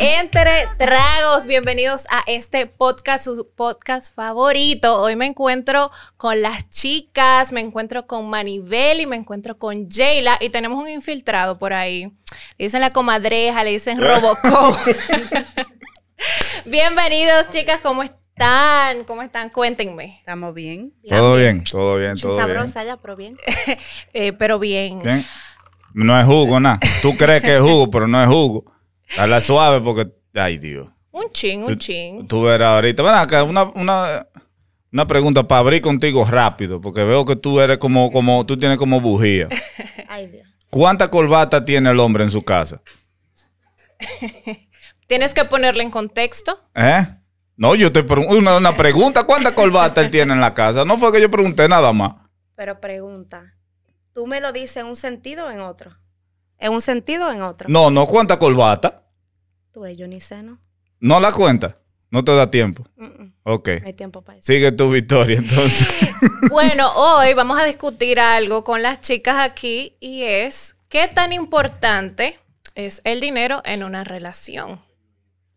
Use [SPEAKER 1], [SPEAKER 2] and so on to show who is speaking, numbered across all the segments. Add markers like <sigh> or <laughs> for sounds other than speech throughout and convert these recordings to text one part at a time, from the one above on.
[SPEAKER 1] Entre Tragos, bienvenidos a este podcast, su podcast favorito. Hoy me encuentro con las chicas, me encuentro con Manibel y me encuentro con Jayla y tenemos un infiltrado por ahí. Le dicen la comadreja, le dicen Robocop. bienvenidos chicas, ¿cómo están? ¿Cómo están? Cuéntenme.
[SPEAKER 2] Estamos bien.
[SPEAKER 3] Todo bien, todo bien, todo
[SPEAKER 4] Sabrosa ya, pero bien.
[SPEAKER 1] Eh, pero bien.
[SPEAKER 3] bien. Bien. No es jugo, nada. Tú crees que es jugo, pero no es jugo. Habla suave porque, ay Dios.
[SPEAKER 1] Un ching, un ching.
[SPEAKER 3] Tú verás ahorita. Ven acá, una, una, una pregunta para abrir contigo rápido, porque veo que tú eres como, como, tú tienes como bujía.
[SPEAKER 4] Ay, Dios.
[SPEAKER 3] ¿Cuántas corbatas tiene el hombre en su casa?
[SPEAKER 1] Tienes que ponerle en contexto.
[SPEAKER 3] ¿Eh? No, yo te pregunto una, una pregunta. ¿Cuántas corbatas él tiene en la casa? No fue que yo pregunté nada más.
[SPEAKER 4] Pero pregunta, ¿tú me lo dices en un sentido o en otro? ¿En un sentido o en otro?
[SPEAKER 3] No, no, ¿cuántas corbatas?
[SPEAKER 4] Tú, eh, yo ni sé, ¿no?
[SPEAKER 3] No la cuenta. No te da tiempo.
[SPEAKER 4] Mm-mm,
[SPEAKER 3] Ok.
[SPEAKER 4] No hay tiempo para eso.
[SPEAKER 3] Sigue tu victoria entonces.
[SPEAKER 1] Bueno, hoy vamos a discutir algo con las chicas aquí y es qué tan importante es el dinero en una relación.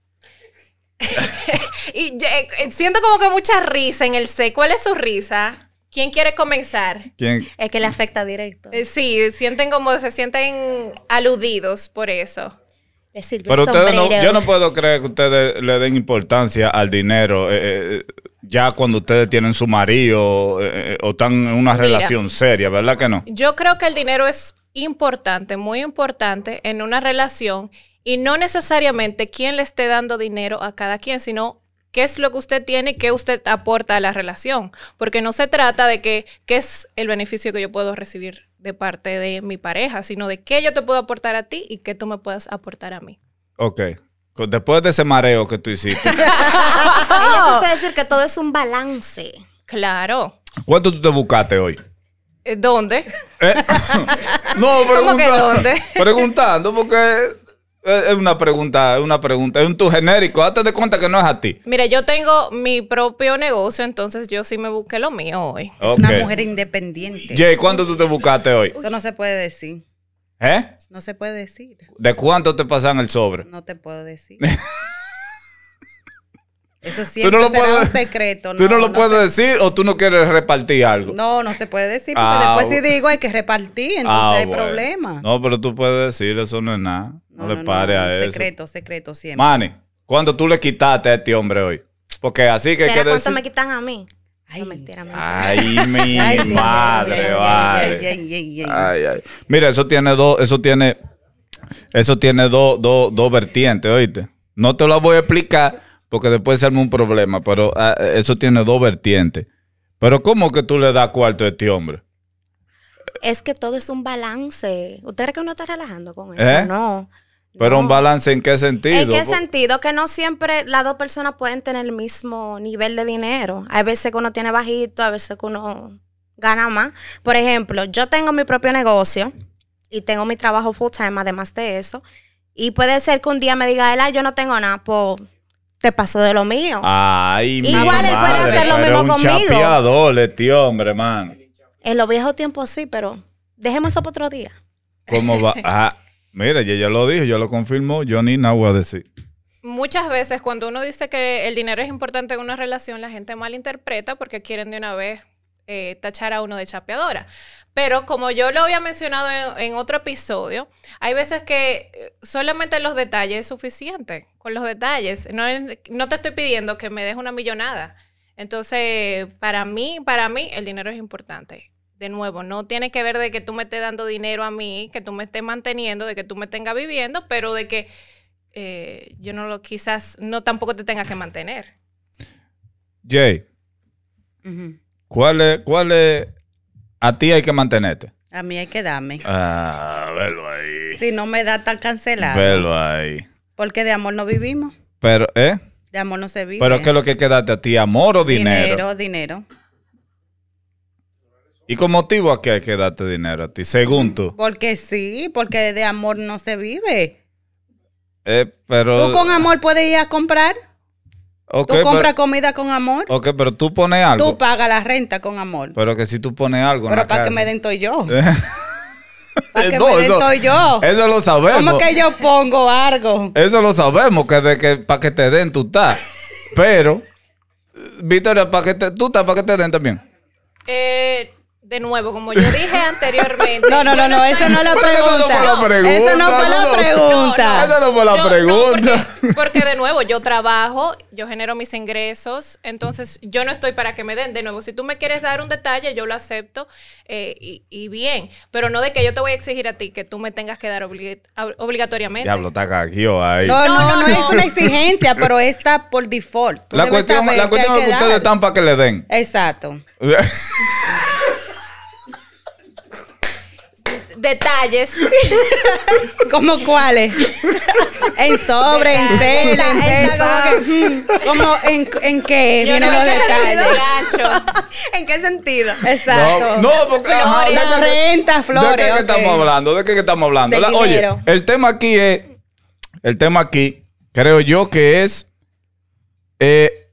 [SPEAKER 1] <laughs> y yo, eh, siento como que mucha risa en el C. ¿Cuál es su risa? ¿Quién quiere comenzar?
[SPEAKER 3] ¿Quién?
[SPEAKER 4] Es que le afecta directo.
[SPEAKER 1] Eh, Sí, sienten como se sienten aludidos por eso.
[SPEAKER 4] Le sirve
[SPEAKER 3] Pero
[SPEAKER 4] el
[SPEAKER 3] ustedes no,
[SPEAKER 4] sombrero. <laughs>
[SPEAKER 3] yo no puedo creer que ustedes le den importancia al dinero eh, eh, ya cuando ustedes tienen su marido eh, eh, o están en una
[SPEAKER 1] Mira.
[SPEAKER 3] relación seria, ¿verdad que no?
[SPEAKER 1] Yo creo que el dinero es importante, muy importante en una relación y no necesariamente quién le esté dando dinero a cada quien, sino qué es lo que usted tiene y qué usted aporta a la relación. Porque no se trata de que, qué es el beneficio que yo puedo recibir de parte de mi pareja, sino de qué yo te puedo aportar a ti y qué tú me puedas aportar a mí.
[SPEAKER 3] Ok. Co- Después de ese mareo que tú hiciste,
[SPEAKER 4] Ella quiso decir que todo es un balance.
[SPEAKER 1] Claro.
[SPEAKER 3] ¿cuánto tú te buscaste hoy?
[SPEAKER 1] Eh, ¿Dónde?
[SPEAKER 3] No,
[SPEAKER 1] ¿Cómo que
[SPEAKER 3] preguntando.
[SPEAKER 1] dónde?
[SPEAKER 3] <laughs> Preguntando, porque es es una pregunta, es una pregunta, es un tu genérico. Hazte de cuenta que no es a ti.
[SPEAKER 1] Mira, yo tengo mi propio negocio, entonces yo sí me busqué lo mío hoy.
[SPEAKER 2] Es una
[SPEAKER 3] Ok.
[SPEAKER 2] mujer independiente.
[SPEAKER 3] Jay, ¿cuánto tú te buscaste hoy?
[SPEAKER 2] Eso no se puede decir.
[SPEAKER 3] ¿Eh?
[SPEAKER 2] No se puede decir.
[SPEAKER 3] ¿De cuánto te pasan el sobre?
[SPEAKER 2] No te puedo decir. Eso
[SPEAKER 3] Tú
[SPEAKER 2] siempre
[SPEAKER 3] no lo
[SPEAKER 2] será
[SPEAKER 3] puedes,
[SPEAKER 2] un secreto.
[SPEAKER 3] tú no lo
[SPEAKER 2] se-
[SPEAKER 3] puedes decir o tú no quieres repartir algo.
[SPEAKER 2] No, no se puede decir. Porque
[SPEAKER 3] Ah,
[SPEAKER 2] después si
[SPEAKER 3] bueno.
[SPEAKER 2] digo hay que repartir, entonces
[SPEAKER 3] Ah,
[SPEAKER 2] hay
[SPEAKER 3] bueno.
[SPEAKER 2] problema.
[SPEAKER 3] No, pero tú puedes decir, eso no es nada. No, le pare a eso.
[SPEAKER 2] Secreto, secreto siempre.
[SPEAKER 3] Mane, ¿cuánto tú le quitaste a este hombre hoy? Porque así que hay
[SPEAKER 4] ¿Será
[SPEAKER 3] que
[SPEAKER 4] cuánto
[SPEAKER 3] decir.
[SPEAKER 4] me quitan a mí?
[SPEAKER 2] Ay.
[SPEAKER 4] No, mentira, mentira.
[SPEAKER 3] Ay,
[SPEAKER 2] <laughs>
[SPEAKER 3] mi
[SPEAKER 2] Ay, Dios mío, ay,
[SPEAKER 3] madre,
[SPEAKER 2] ay,
[SPEAKER 3] vale.
[SPEAKER 2] ay, ay, ay, ay.
[SPEAKER 3] Ay, ay. Mira, eso tiene dos, eso tiene, eso tiene dos, dos, dos vertientes, oíste. No te lo voy a explicar porque después se arma un problema, pero ah, eso tiene dos vertientes. Pero ¿cómo que tú le das cuarto a este hombre?
[SPEAKER 4] Es que todo es un balance. ¿Usted cree que uno está relajando con eso?
[SPEAKER 3] ¿Eh?
[SPEAKER 4] No.
[SPEAKER 3] Pero
[SPEAKER 4] No.
[SPEAKER 3] un balance en qué sentido?
[SPEAKER 4] ¿En qué
[SPEAKER 3] Po-
[SPEAKER 4] sentido? Que no siempre las dos personas pueden tener el mismo nivel de dinero. Hay veces que uno tiene bajito, hay veces que uno gana más. Por ejemplo, yo tengo mi propio negocio y tengo mi trabajo full time además de eso. Y puede ser que un día me diga, él, "Ay, yo no tengo nada, pues te pasó de lo mío.
[SPEAKER 3] Ah. Ay, mi
[SPEAKER 4] Igual él puede
[SPEAKER 3] madre,
[SPEAKER 4] hacer lo
[SPEAKER 3] pero
[SPEAKER 4] mismo
[SPEAKER 3] un
[SPEAKER 4] conmigo.
[SPEAKER 3] chapeador este hombre, man.
[SPEAKER 4] En los viejos tiempos sí, pero dejemos eso para otro día.
[SPEAKER 3] ¿Cómo va? Ah, mira, ya, ya lo dijo, yo lo confirmo, yo ni nada voy a decir.
[SPEAKER 1] Muchas veces cuando uno dice que el dinero es importante en una relación, la gente malinterpreta porque quieren de una vez eh, tachar a uno de chapeadora. Pero como yo lo había mencionado en, en otro episodio, hay veces que eh, solamente los detalles es suficiente. Con los detalles, no, es- no te estoy pidiendo que me des una millonada. Entonces, para mí, para mí, el dinero es importante. De nuevo, no tiene que ver de que tú me estés dando dinero a mí, que tú me estés manteniendo, de que tú me tengas viviendo, pero de que eh, yo no lo quizás no tampoco te tenga que mantener.
[SPEAKER 3] Jay,
[SPEAKER 2] Ujú.
[SPEAKER 3] ¿cuál es, cuál es, a ti hay que mantenerte?
[SPEAKER 2] A mí hay que darme.
[SPEAKER 3] Ah, velo ahí.
[SPEAKER 2] Si no me da, está cancelado.
[SPEAKER 3] Velo ahí.
[SPEAKER 2] Porque de amor no vivimos.
[SPEAKER 3] Pero, ¿eh?
[SPEAKER 2] De amor no se vive.
[SPEAKER 3] Pero ¿qué es lo que quedaste a ti? ¿Amor o dinero?
[SPEAKER 2] Dinero, dinero.
[SPEAKER 3] ¿Y con motivo a qué hay que darte dinero a ti? Según tú.
[SPEAKER 2] Porque sí, porque de amor no se vive.
[SPEAKER 3] Eh, pero,
[SPEAKER 2] Tú con amor puedes ir a comprar.
[SPEAKER 3] Ok,
[SPEAKER 2] Tú
[SPEAKER 3] pero-
[SPEAKER 2] compras comida con amor.
[SPEAKER 3] ok, pero tú pones algo.
[SPEAKER 2] Tú pagas la renta con amor.
[SPEAKER 3] Pero que si tú pones algo en
[SPEAKER 2] Pero
[SPEAKER 3] la <laughs>
[SPEAKER 2] para que
[SPEAKER 3] casa.
[SPEAKER 2] me den todo yo. Pa' que me den todo yo.
[SPEAKER 3] Eso lo sabemos.
[SPEAKER 2] ¿Cómo que yo pongo algo?
[SPEAKER 3] Eso lo sabemos, que, de que para que te den tú estás. Pero, Victoria, para que te, tú estás para que te den también.
[SPEAKER 1] Eh, de nuevo, como yo dije anteriormente.
[SPEAKER 2] <laughs> No, no,
[SPEAKER 1] yo
[SPEAKER 2] no, no,
[SPEAKER 1] estoy-
[SPEAKER 2] esa no es la
[SPEAKER 3] Pero eso no
[SPEAKER 2] pregunta.
[SPEAKER 3] fue la
[SPEAKER 2] Eso no fue
[SPEAKER 3] pregunta,
[SPEAKER 2] la
[SPEAKER 3] no, no.
[SPEAKER 2] pregunta.
[SPEAKER 3] Esa no fue la pregunta.
[SPEAKER 1] porque, porque de nuevo, yo trabajo, yo genero mis ingresos, entonces yo no estoy para que me den. De nuevo, si tú me quieres dar un detalle, yo lo acepto eh, y, y bien, pero no de que yo te voy a exigir a ti que tú me tengas que dar obli- ob- obligatoriamente.
[SPEAKER 3] Diablo, está cagio ahí.
[SPEAKER 2] No, no,
[SPEAKER 1] No,
[SPEAKER 2] no,
[SPEAKER 1] no, no.
[SPEAKER 2] es una exigencia, pero está por default. Tú
[SPEAKER 3] la
[SPEAKER 2] debes
[SPEAKER 3] cuestión,
[SPEAKER 2] saber
[SPEAKER 3] la
[SPEAKER 2] qué hay
[SPEAKER 3] cuestión es que
[SPEAKER 2] dar.
[SPEAKER 3] ustedes están para que le den. <laughs>
[SPEAKER 2] Exacto. <laughs>
[SPEAKER 1] Detalles.
[SPEAKER 2] ¿Cómo cuáles? en sobre, en cel, en
[SPEAKER 4] Está- está
[SPEAKER 2] cepa. ¿Cómo, en, en qué?
[SPEAKER 1] Yo no
[SPEAKER 2] Vienen
[SPEAKER 1] me
[SPEAKER 2] los
[SPEAKER 1] quiero
[SPEAKER 2] detalles.
[SPEAKER 1] de gancho.
[SPEAKER 4] ¿En qué sentido?
[SPEAKER 2] Exacto.
[SPEAKER 3] No, no, porque ajá,
[SPEAKER 2] Flores.
[SPEAKER 3] ¿de qué-
[SPEAKER 2] Renta, flores,
[SPEAKER 3] ¿De qué, que
[SPEAKER 2] ok.
[SPEAKER 3] estamos hablando? ¿De qué, que estamos hablando?
[SPEAKER 4] Del
[SPEAKER 3] La- oye,
[SPEAKER 4] dinero.
[SPEAKER 3] el tema aquí es, el tema aquí, creo yo que es eh,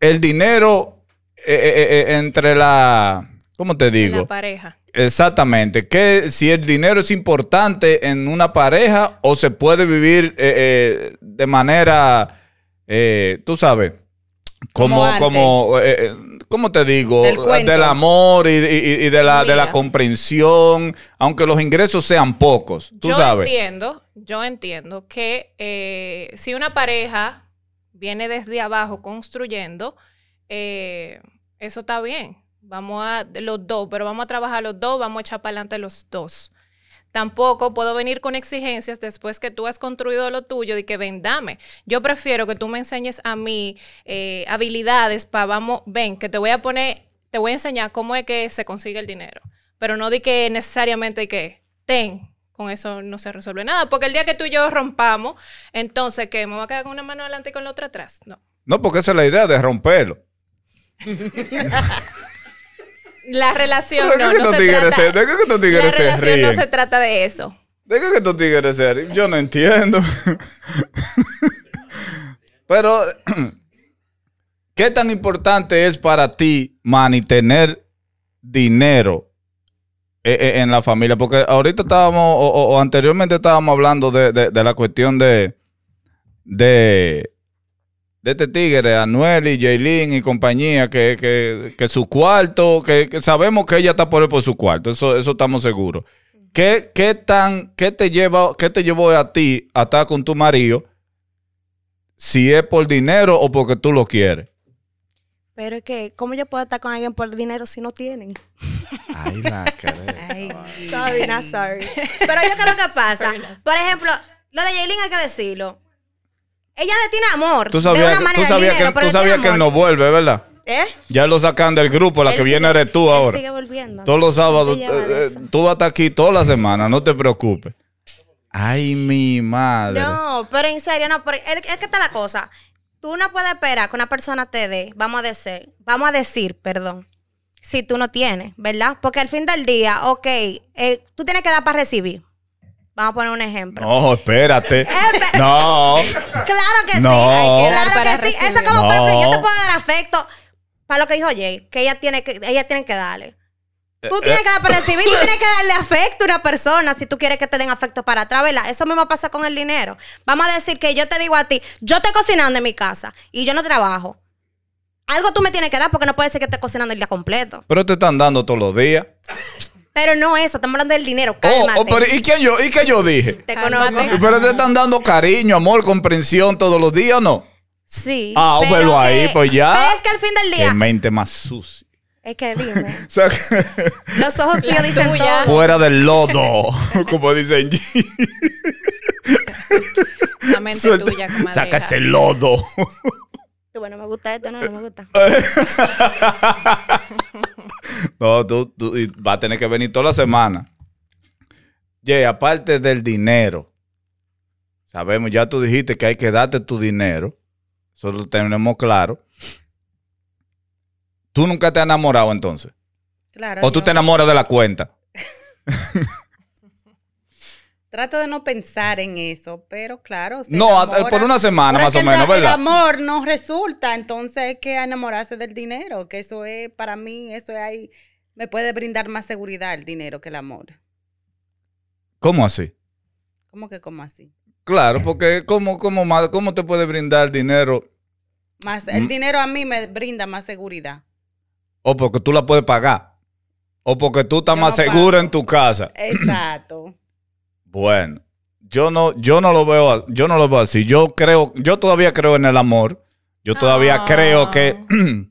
[SPEAKER 3] el dinero eh, eh, eh, entre la, ¿cómo te
[SPEAKER 1] En
[SPEAKER 3] digo?
[SPEAKER 1] la pareja.
[SPEAKER 3] Exactamente. Que si el dinero es importante en una pareja o se puede vivir eh, eh, de manera, eh, tú sabes, como,
[SPEAKER 2] Como antes.
[SPEAKER 3] como, eh, eh, ¿cómo te digo?
[SPEAKER 2] Del cuento.
[SPEAKER 3] Del amor y, y- y de, la, de la
[SPEAKER 1] Mira.
[SPEAKER 3] comprensión, aunque los ingresos sean pocos, tú
[SPEAKER 1] yo
[SPEAKER 3] sabes.
[SPEAKER 1] entiendo, yo entiendo que eh, si una pareja viene desde abajo construyendo, eh, eso está bien. Vamos a los dos, pero vamos a trabajar los dos, vamos a echar para adelante los dos. Tampoco puedo venir con exigencias después que tú has construido lo tuyo de que ven, dame. Yo prefiero que tú me enseñes a mí eh, habilidades para, vamos, ven, que te voy a poner, te voy a enseñar cómo es que se consigue el dinero. Pero no di que necesariamente que ten, con eso no se resuelve nada. Porque el día que tú y yo rompamos, entonces, ¿qué? ¿Me voy a quedar con una mano adelante y con la otra atrás? No.
[SPEAKER 3] No, porque esa es la idea de romperlo.
[SPEAKER 1] La relación
[SPEAKER 3] <laughs> ¿De qué
[SPEAKER 1] no,
[SPEAKER 3] que
[SPEAKER 1] no
[SPEAKER 3] estos
[SPEAKER 1] se
[SPEAKER 3] tigres se-
[SPEAKER 1] trata.
[SPEAKER 3] de qué que estos
[SPEAKER 1] la
[SPEAKER 3] tigres se
[SPEAKER 1] relación no
[SPEAKER 3] ríen?
[SPEAKER 1] se trata de eso.
[SPEAKER 3] ¿De qué que tú tigres eres? Yo no entiendo. Pero, <clears throat> ¿qué tan importante es para ti, Manny, tener dinero eh, eh, en la familia? Porque ahorita estábamos, o, o- o anteriormente estábamos hablando de, de- de la cuestión de, de, de este tigre, Anuel y Jaylin y compañía, que, que- que su cuarto, que, que sabemos que ella está por él por su cuarto, eso, eso estamos seguros. ¿Qué, qué tan, qué te lleva, qué te llevó a ti a estar con tu marido? Si es por dinero o porque tú lo quieres.
[SPEAKER 4] Pero es que, ¿cómo yo puedo estar con alguien por dinero si no tienen?
[SPEAKER 3] Ay, la
[SPEAKER 4] <laughs>
[SPEAKER 2] Ay,
[SPEAKER 4] Sorry, not sorry. Pero yo creo que pasa. Por ejemplo, lo de Jaylin hay que decirlo. Ella le tiene amor.
[SPEAKER 3] Tú sabías,
[SPEAKER 4] de una
[SPEAKER 3] que-
[SPEAKER 4] manera
[SPEAKER 3] tú sabías
[SPEAKER 4] al dinero,
[SPEAKER 3] que,
[SPEAKER 4] pero
[SPEAKER 3] tú
[SPEAKER 4] le
[SPEAKER 3] sabías
[SPEAKER 4] tiene
[SPEAKER 3] que él no
[SPEAKER 4] amor.
[SPEAKER 3] vuelve, ¿verdad?
[SPEAKER 4] ¿Eh?
[SPEAKER 3] Ya lo sacan del grupo, la
[SPEAKER 4] Él
[SPEAKER 3] que viene
[SPEAKER 4] sigue-
[SPEAKER 3] eres tú
[SPEAKER 4] él
[SPEAKER 3] ahora.
[SPEAKER 4] sigue volviendo.
[SPEAKER 3] Todos los sábados,
[SPEAKER 4] Te lleva de
[SPEAKER 3] eh,
[SPEAKER 4] eso.
[SPEAKER 3] eh, tú vas a estar aquí toda la semana, no te preocupes. Ay, mi madre.
[SPEAKER 4] No, pero en serio, no, porque es es que está la cosa. Tú no puedes esperar que una persona te dé, vamos a decir, vamos a decir, perdón, si tú no tienes, ¿verdad? Porque al fin del día, ok, eh, tú tienes que dar para recibir. Vamos a poner un ejemplo. <laughs>
[SPEAKER 3] No,
[SPEAKER 4] Eh,
[SPEAKER 3] espérate.
[SPEAKER 4] Espe-
[SPEAKER 3] No.
[SPEAKER 4] Claro que
[SPEAKER 3] No.
[SPEAKER 4] sí.
[SPEAKER 3] Hay que
[SPEAKER 1] dar
[SPEAKER 4] claro
[SPEAKER 1] para
[SPEAKER 4] que sí. Eso
[SPEAKER 1] recibir.
[SPEAKER 4] es como, por ejemplo, yo te
[SPEAKER 3] No.
[SPEAKER 4] puedo dar afecto para lo que dijo Jay, que ella tiene que, ella tiene que darle.
[SPEAKER 3] Eh,
[SPEAKER 4] Tú tienes que dar para recibir, tú
[SPEAKER 3] <laughs>
[SPEAKER 4] tienes que darle afecto a una persona si tú quieres que te den afecto para atrás, ¿verdad? Eso mismo pasa con el dinero. Vamos a decir que yo te digo a ti, yo estoy cocinando en mi casa y yo no trabajo. Algo tú me tienes que dar porque no puede ser que esté cocinando el día completo.
[SPEAKER 3] Pero te están dando todos los días.
[SPEAKER 4] Pero no eso, estamos hablando del dinero,
[SPEAKER 3] Oh,
[SPEAKER 4] cálmate.
[SPEAKER 3] oh, pero ¿y qué yo, y qué yo dije?
[SPEAKER 4] te
[SPEAKER 1] Cálmate.
[SPEAKER 4] conozco.
[SPEAKER 3] <laughs> Pero te están dando cariño, amor, comprensión todos los días, ¿o ¿no?
[SPEAKER 4] Sí.
[SPEAKER 3] Ah, pero ahí, pues ya.
[SPEAKER 4] Pero es que al fin del
[SPEAKER 3] Qué
[SPEAKER 4] día.
[SPEAKER 3] mente más sucia.
[SPEAKER 4] Es que dime.
[SPEAKER 3] O sea, <laughs> que-
[SPEAKER 4] Los ojos míos dicen
[SPEAKER 1] tuya.
[SPEAKER 4] todo.
[SPEAKER 3] fuera del lodo, <laughs> como dicen. G.
[SPEAKER 1] La mente
[SPEAKER 3] Suelta-
[SPEAKER 1] tuya, comadreja.
[SPEAKER 3] saca ese lodo.
[SPEAKER 4] Tú, Bueno, me gusta esto, no, no me gusta.
[SPEAKER 3] <laughs> No, tú, tú y vas a tener que venir toda la semana. Ye, aparte del dinero, sabemos, ya tú dijiste que hay que darte tu dinero. Eso lo tenemos claro. ¿Tú nunca te has enamorado entonces?
[SPEAKER 2] claro.
[SPEAKER 3] ¿O tú
[SPEAKER 2] no.
[SPEAKER 3] te enamoras de la cuenta?
[SPEAKER 2] Trato de no pensar en eso, pero claro. se
[SPEAKER 3] No, a-
[SPEAKER 2] enamora.
[SPEAKER 3] por una semana
[SPEAKER 2] Pero
[SPEAKER 3] más
[SPEAKER 2] es
[SPEAKER 3] o
[SPEAKER 2] que
[SPEAKER 3] menos,
[SPEAKER 2] el, el
[SPEAKER 3] ¿verdad?
[SPEAKER 2] amor no resulta, entonces hay que enamorarse del dinero, que eso es, para mí, eso es ahí, me puede brindar más seguridad el dinero que el amor.
[SPEAKER 3] ¿Cómo así? Mm.
[SPEAKER 2] ¿Cómo que como así?
[SPEAKER 3] Claro, porque ¿cómo, cómo, más- cómo te puede brindar dinero?
[SPEAKER 2] Más,
[SPEAKER 3] Mm.
[SPEAKER 2] el dinero a mí me brinda más seguridad.
[SPEAKER 3] O porque tú la puedes pagar. O porque tú estás
[SPEAKER 2] Yo
[SPEAKER 3] más
[SPEAKER 2] no pago.
[SPEAKER 3] segura en tu casa.
[SPEAKER 2] Exacto.
[SPEAKER 3] Bueno, yo no, yo no lo veo, a- yo no lo veo así. Yo creo, yo todavía creo en el amor. Yo todavía
[SPEAKER 1] Ah.
[SPEAKER 3] creo que, <clears throat>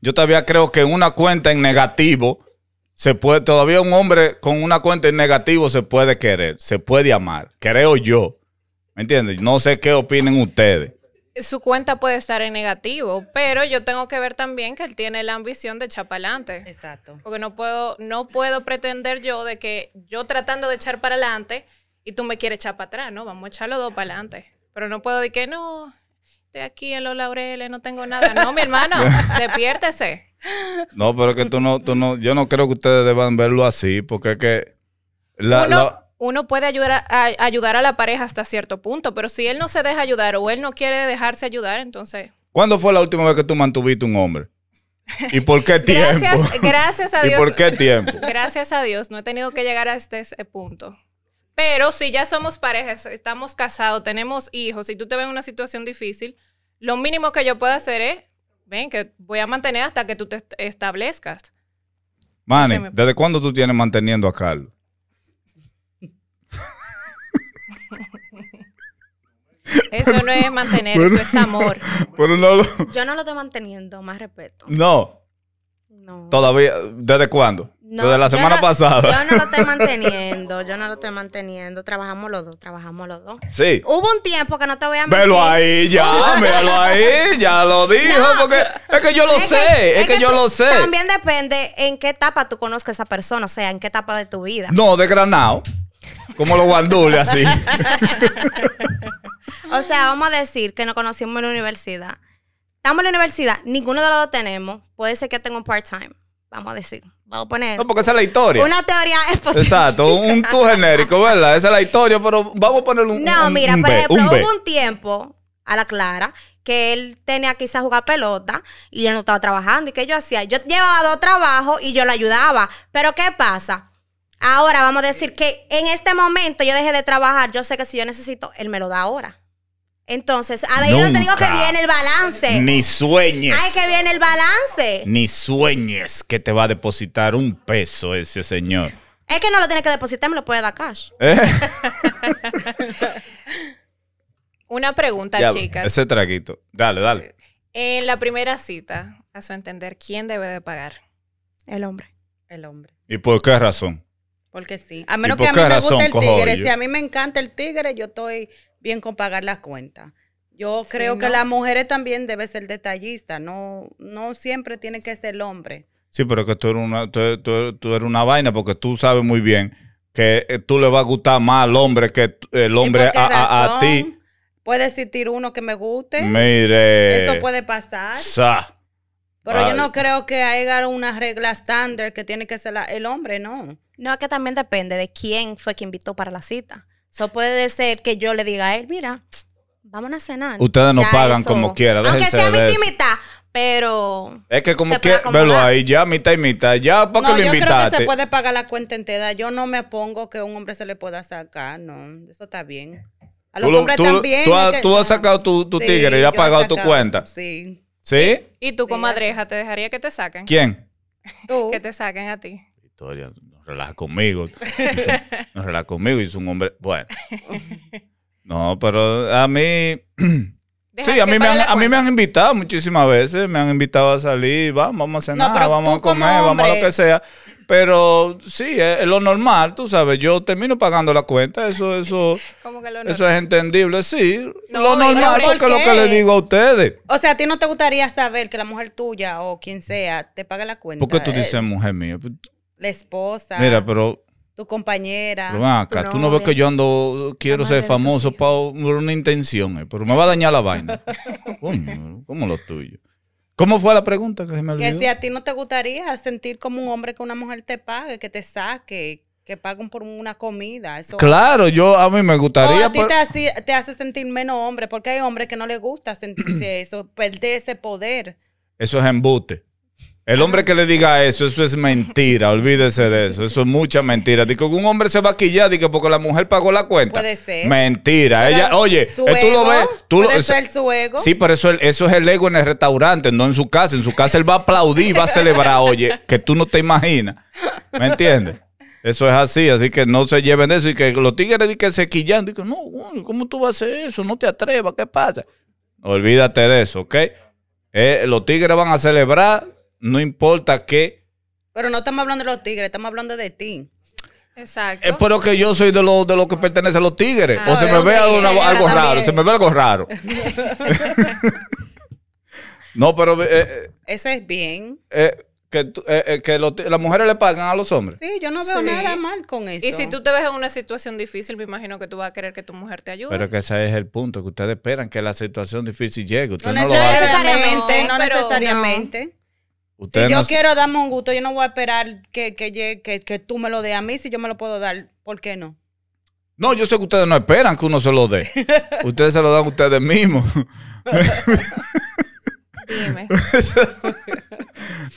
[SPEAKER 3] yo todavía creo que una cuenta en negativo se puede, todavía un hombre con una cuenta en negativo se puede querer, se puede amar. Creo yo. ¿Me entiendes? No sé qué opinen ustedes.
[SPEAKER 1] Su cuenta puede estar en negativo, pero yo tengo que ver también que él tiene la ambición de echar para adelante.
[SPEAKER 2] Exacto.
[SPEAKER 1] Porque no puedo, no puedo pretender yo de que yo tratando de echar para adelante y tú me quieres echar para atrás, ¿no? Vamos a echar los dos para adelante. Pero no puedo decir que no, estoy aquí en los laureles, no tengo nada. No, mi
[SPEAKER 3] <laughs>
[SPEAKER 1] hermano, despiértese.
[SPEAKER 3] No, pero es que tú no, tú no, yo no creo que ustedes deban verlo así, porque es que la-
[SPEAKER 1] uno,
[SPEAKER 3] la-
[SPEAKER 1] uno puede ayudar a, a- ayudar a la pareja hasta cierto punto, pero si él no se deja ayudar o él no quiere dejarse ayudar, entonces...
[SPEAKER 3] ¿Cuándo fue la última vez que tú mantuviste un hombre? ¿Y por qué tiempo?
[SPEAKER 1] <laughs> Gracias, gracias a
[SPEAKER 3] <laughs> ¿Y
[SPEAKER 1] Dios.
[SPEAKER 3] por qué tiempo?
[SPEAKER 1] Gracias a Dios, no he tenido que llegar a este ese punto. Pero si ya somos parejas, estamos casados, tenemos hijos, y tú te ves en una situación difícil, lo mínimo que yo puedo hacer es, ven, que voy a mantener hasta que tú te est- establezcas.
[SPEAKER 3] Manny,
[SPEAKER 1] Se me-
[SPEAKER 3] ¿desde cuándo tú tienes manteniendo a Carlos?
[SPEAKER 1] Eso no es mantener, eso es
[SPEAKER 3] <laughs>
[SPEAKER 1] amor.
[SPEAKER 3] Pero no lo-
[SPEAKER 4] Yo no lo estoy manteniendo, más respeto.
[SPEAKER 3] No,
[SPEAKER 4] No.
[SPEAKER 3] todavía. ¿Desde cuándo?
[SPEAKER 4] No,
[SPEAKER 3] Mm, Desde la
[SPEAKER 4] yo
[SPEAKER 3] semana
[SPEAKER 4] no-
[SPEAKER 3] pasada.
[SPEAKER 4] Yo no lo estoy manteniendo, yo no lo estoy manteniendo. Trabajamos los dos, trabajamos los dos.
[SPEAKER 3] <laughs> Sí.
[SPEAKER 4] Hubo un tiempo que no te voy a mentir.
[SPEAKER 3] Velo ahí, ya, míralo ahí, ya lo dijo, porque es que yo lo
[SPEAKER 4] Es
[SPEAKER 3] sé, es que, yo
[SPEAKER 4] tú-
[SPEAKER 3] lo sé.
[SPEAKER 4] También depende en qué etapa tú conozcas a esa persona, o sea, en qué etapa de tu vida.
[SPEAKER 3] No, de granado, como los guandules así.
[SPEAKER 4] O sea, vamos a decir que nos conocimos en la universidad. Estamos en la universidad, ninguno de los dos tenemos. Puede ser que yo tenga un part-time, vamos a decir. Vamos a poner
[SPEAKER 3] No, porque esa es la historia.
[SPEAKER 4] una teoría <laughs> expositiva.
[SPEAKER 3] Exacto, un un tú genérico, ¿verdad? Esa es la historia, pero vamos a ponerle un
[SPEAKER 4] No,
[SPEAKER 3] un-
[SPEAKER 4] mira,
[SPEAKER 3] un
[SPEAKER 4] por
[SPEAKER 3] B,
[SPEAKER 4] ejemplo,
[SPEAKER 3] un B.
[SPEAKER 4] hubo un tiempo a la Clara que él tenía que irse a jugar pelota y él no estaba trabajando. ¿Y qué yo hacía? Yo llevaba dos trabajos y yo le ayudaba. Pero ¿qué pasa? Ahora vamos a decir que en este momento yo dejé de trabajar. Yo sé que si yo necesito, él me lo da ahora. Entonces, a de ahí donde te digo que
[SPEAKER 3] Nunca.
[SPEAKER 4] viene el balance.
[SPEAKER 3] Ni sueñes.
[SPEAKER 4] Ay, que viene el balance.
[SPEAKER 3] Ni sueñes que te va a depositar un peso ese <laughs> señor.
[SPEAKER 4] Es que no lo tiene que depositar, me lo puede dar cash.
[SPEAKER 3] Eh,
[SPEAKER 1] Una pregunta,
[SPEAKER 3] Ya,
[SPEAKER 1] chicas.
[SPEAKER 3] Ese traguito. Dale, dale.
[SPEAKER 1] En la primera cita, a su entender, ¿quién debe de pagar?
[SPEAKER 4] El hombre.
[SPEAKER 2] El hombre.
[SPEAKER 3] ¿Y por qué razón?
[SPEAKER 2] Porque sí. A menos
[SPEAKER 3] por
[SPEAKER 2] que a
[SPEAKER 3] qué
[SPEAKER 2] mí me
[SPEAKER 3] razón,
[SPEAKER 2] guste el
[SPEAKER 3] cojones?
[SPEAKER 2] tigre.
[SPEAKER 3] Yo-
[SPEAKER 2] Si a mí me encanta el tigre, yo estoy bien con pagar las cuentas. Yo
[SPEAKER 1] Sí,
[SPEAKER 2] creo que
[SPEAKER 1] ¿no?
[SPEAKER 2] las mujeres también deben ser detallistas. No, no siempre tiene que ser el hombre.
[SPEAKER 3] Sí, pero que tú eres una, tú, tú- tú eres una vaina porque tú sabes muy bien que eh, tú le vas a gustar más al hombre que t- el hombre
[SPEAKER 2] ¿Y por
[SPEAKER 3] a,
[SPEAKER 2] qué
[SPEAKER 3] a- a ti.
[SPEAKER 2] razón? Puede existir uno que me guste.
[SPEAKER 3] Mire.
[SPEAKER 2] Eso puede pasar.
[SPEAKER 3] sa.
[SPEAKER 2] Pero
[SPEAKER 3] Ay.
[SPEAKER 2] yo no creo que haya una regla estándar que tiene que ser la- el hombre, no.
[SPEAKER 4] No, es que también depende de quién fue que invitó para la cita. Eso puede ser que yo le diga a él, mira, vamos a cenar.
[SPEAKER 3] Ustedes no pagan como quiera,
[SPEAKER 4] Aunque
[SPEAKER 3] déjense
[SPEAKER 4] sea mi
[SPEAKER 3] de eso.
[SPEAKER 4] intimidad, pero...
[SPEAKER 3] Es que como
[SPEAKER 4] Se puede
[SPEAKER 3] que, velo
[SPEAKER 4] acomodar.
[SPEAKER 3] ahí, ya mitad y mitad, ya para
[SPEAKER 2] no,
[SPEAKER 3] que lo
[SPEAKER 2] yo creo que se
[SPEAKER 3] invitaste.
[SPEAKER 2] puede pagar la cuenta entera. Yo no me opongo que un hombre se le pueda sacar, no. Eso está bien. A los
[SPEAKER 3] Tú lo-
[SPEAKER 2] hombres
[SPEAKER 3] tú lo-
[SPEAKER 2] también.
[SPEAKER 3] tú
[SPEAKER 2] hay
[SPEAKER 3] has-
[SPEAKER 2] que-
[SPEAKER 3] tú has sacado tu- tu tigre y has
[SPEAKER 2] yo he
[SPEAKER 3] pagado tu
[SPEAKER 2] sacado-
[SPEAKER 3] cuenta.
[SPEAKER 2] Sí.
[SPEAKER 3] ¿Sí?
[SPEAKER 1] ¿Y tú, comadreja, te dejaría que te saquen?
[SPEAKER 3] ¿Quién?
[SPEAKER 2] Tú.
[SPEAKER 1] Que te saquen a ti.
[SPEAKER 3] Victoria, no relaja
[SPEAKER 2] <laughs>
[SPEAKER 3] conmigo. No relaja conmigo y es un hombre. Bueno. No, pero a mí. <clears throat>
[SPEAKER 1] Dejas
[SPEAKER 3] Sí, a
[SPEAKER 1] que
[SPEAKER 3] mí, me
[SPEAKER 1] pague
[SPEAKER 3] han,
[SPEAKER 1] la
[SPEAKER 3] a mí me
[SPEAKER 1] cuenta.
[SPEAKER 3] han invitado muchísimas veces. Me han invitado a salir. Vamos, vamos a cenar,
[SPEAKER 2] No, pero
[SPEAKER 3] vamos
[SPEAKER 2] tú
[SPEAKER 3] a comer,
[SPEAKER 2] como
[SPEAKER 3] vamos a lo
[SPEAKER 2] hombre-
[SPEAKER 3] que sea. Pero sí, es, es lo normal, tú sabes. Yo termino pagando la cuenta. Eso, eso,
[SPEAKER 1] Como que lo
[SPEAKER 3] eso es entendible. Sí,
[SPEAKER 1] No,
[SPEAKER 3] lo
[SPEAKER 1] y-
[SPEAKER 3] normal,
[SPEAKER 1] pero ¿por
[SPEAKER 3] porque es lo que
[SPEAKER 2] qué?
[SPEAKER 3] le digo a ustedes.
[SPEAKER 2] O sea, ¿a ti no te gustaría saber que la mujer tuya o quien sea te paga la cuenta?
[SPEAKER 3] ¿Por qué tú
[SPEAKER 2] Eh,
[SPEAKER 3] dices, mujer mía? Pues,
[SPEAKER 2] La esposa,
[SPEAKER 3] Mira, pero
[SPEAKER 2] tu compañera.
[SPEAKER 3] Pero ven acá, tú no ves
[SPEAKER 4] novia.
[SPEAKER 3] que yo ando, quiero ser famoso para una intención, eh, pero me va a dañar la
[SPEAKER 2] <laughs>
[SPEAKER 3] vaina. Coño, ¿Cómo lo tuyo? ¿Cómo fue la pregunta que se me
[SPEAKER 2] que
[SPEAKER 3] olvidó?
[SPEAKER 2] si a ti no te gustaría sentir como un hombre que una mujer te pague, que te saque, que paguen por una comida. Eso
[SPEAKER 3] Claro, yo a mí me
[SPEAKER 2] O
[SPEAKER 3] gustaría.
[SPEAKER 2] a ti
[SPEAKER 3] pero-
[SPEAKER 2] te, hace, te hace sentir menos hombre, porque
[SPEAKER 3] <clears throat>
[SPEAKER 2] hay hombres que no les gusta sentirse eso, perder ese poder.
[SPEAKER 3] Eso es embuste. El hombre que le diga eso, eso es mentira, olvídese de eso, eso es mucha mentira. Digo, un hombre se va a quillar, digo, porque la mujer pagó la cuenta.
[SPEAKER 2] Puede ser.
[SPEAKER 3] Mentira.
[SPEAKER 2] Pero
[SPEAKER 3] Ella, oye,
[SPEAKER 2] su
[SPEAKER 3] eh, tú lo
[SPEAKER 2] ego,
[SPEAKER 3] ves. Tú lo-
[SPEAKER 2] puede ser su ego.
[SPEAKER 3] Sí, pero eso, es- eso es el ego en el restaurante, no en su casa. En su casa él va a aplaudir y va a celebrar, oye, que tú no te imaginas. ¿Me entiendes? Eso es así, así que no se lleven de eso y que los tigres di que se quillan. Digo, no, güey, ¿cómo tú vas a hacer eso? No te atrevas, ¿qué pasa? Olvídate de eso, ¿ok? Eh, los tigres van a celebrar, no importa qué.
[SPEAKER 2] Pero no estamos hablando de los tigres, estamos hablando de ti.
[SPEAKER 1] Exacto.
[SPEAKER 3] Es Eh, pero que yo soy de los de los que pertenece a los tigres.
[SPEAKER 1] Ah,
[SPEAKER 3] o se
[SPEAKER 1] de
[SPEAKER 3] me
[SPEAKER 1] los
[SPEAKER 3] ve algo,
[SPEAKER 4] tigres,
[SPEAKER 3] algo
[SPEAKER 4] ahora
[SPEAKER 3] raro.
[SPEAKER 4] también.
[SPEAKER 3] Se me ve algo raro. <laughs> no, pero eh, eh,
[SPEAKER 2] Eso es bien.
[SPEAKER 3] eh, que, tú- eh, eh, que los ti- las mujeres le pagan a los hombres.
[SPEAKER 2] Sí, yo no veo
[SPEAKER 1] Sí.
[SPEAKER 2] nada mal con eso.
[SPEAKER 1] y si tú te ves en una situación difícil, me imagino que tú vas a querer que tu mujer te ayude.
[SPEAKER 3] Pero que ese es el punto, que ustedes esperan que la situación difícil llegue. Ustedes
[SPEAKER 2] No
[SPEAKER 3] no, lo hacen.
[SPEAKER 4] necesariamente.
[SPEAKER 2] No
[SPEAKER 1] No, pero-
[SPEAKER 2] necesariamente.
[SPEAKER 3] Ustedes
[SPEAKER 2] Si yo
[SPEAKER 3] no-
[SPEAKER 2] quiero darme un gusto, yo no voy a esperar que, que, llegue- que, que tú me lo des a mí. Si yo me lo puedo dar, ¿por qué no?
[SPEAKER 3] No, yo sé que ustedes no esperan que uno se lo dé. ustedes se lo dan ustedes mismos. <laughs>
[SPEAKER 1] Dime.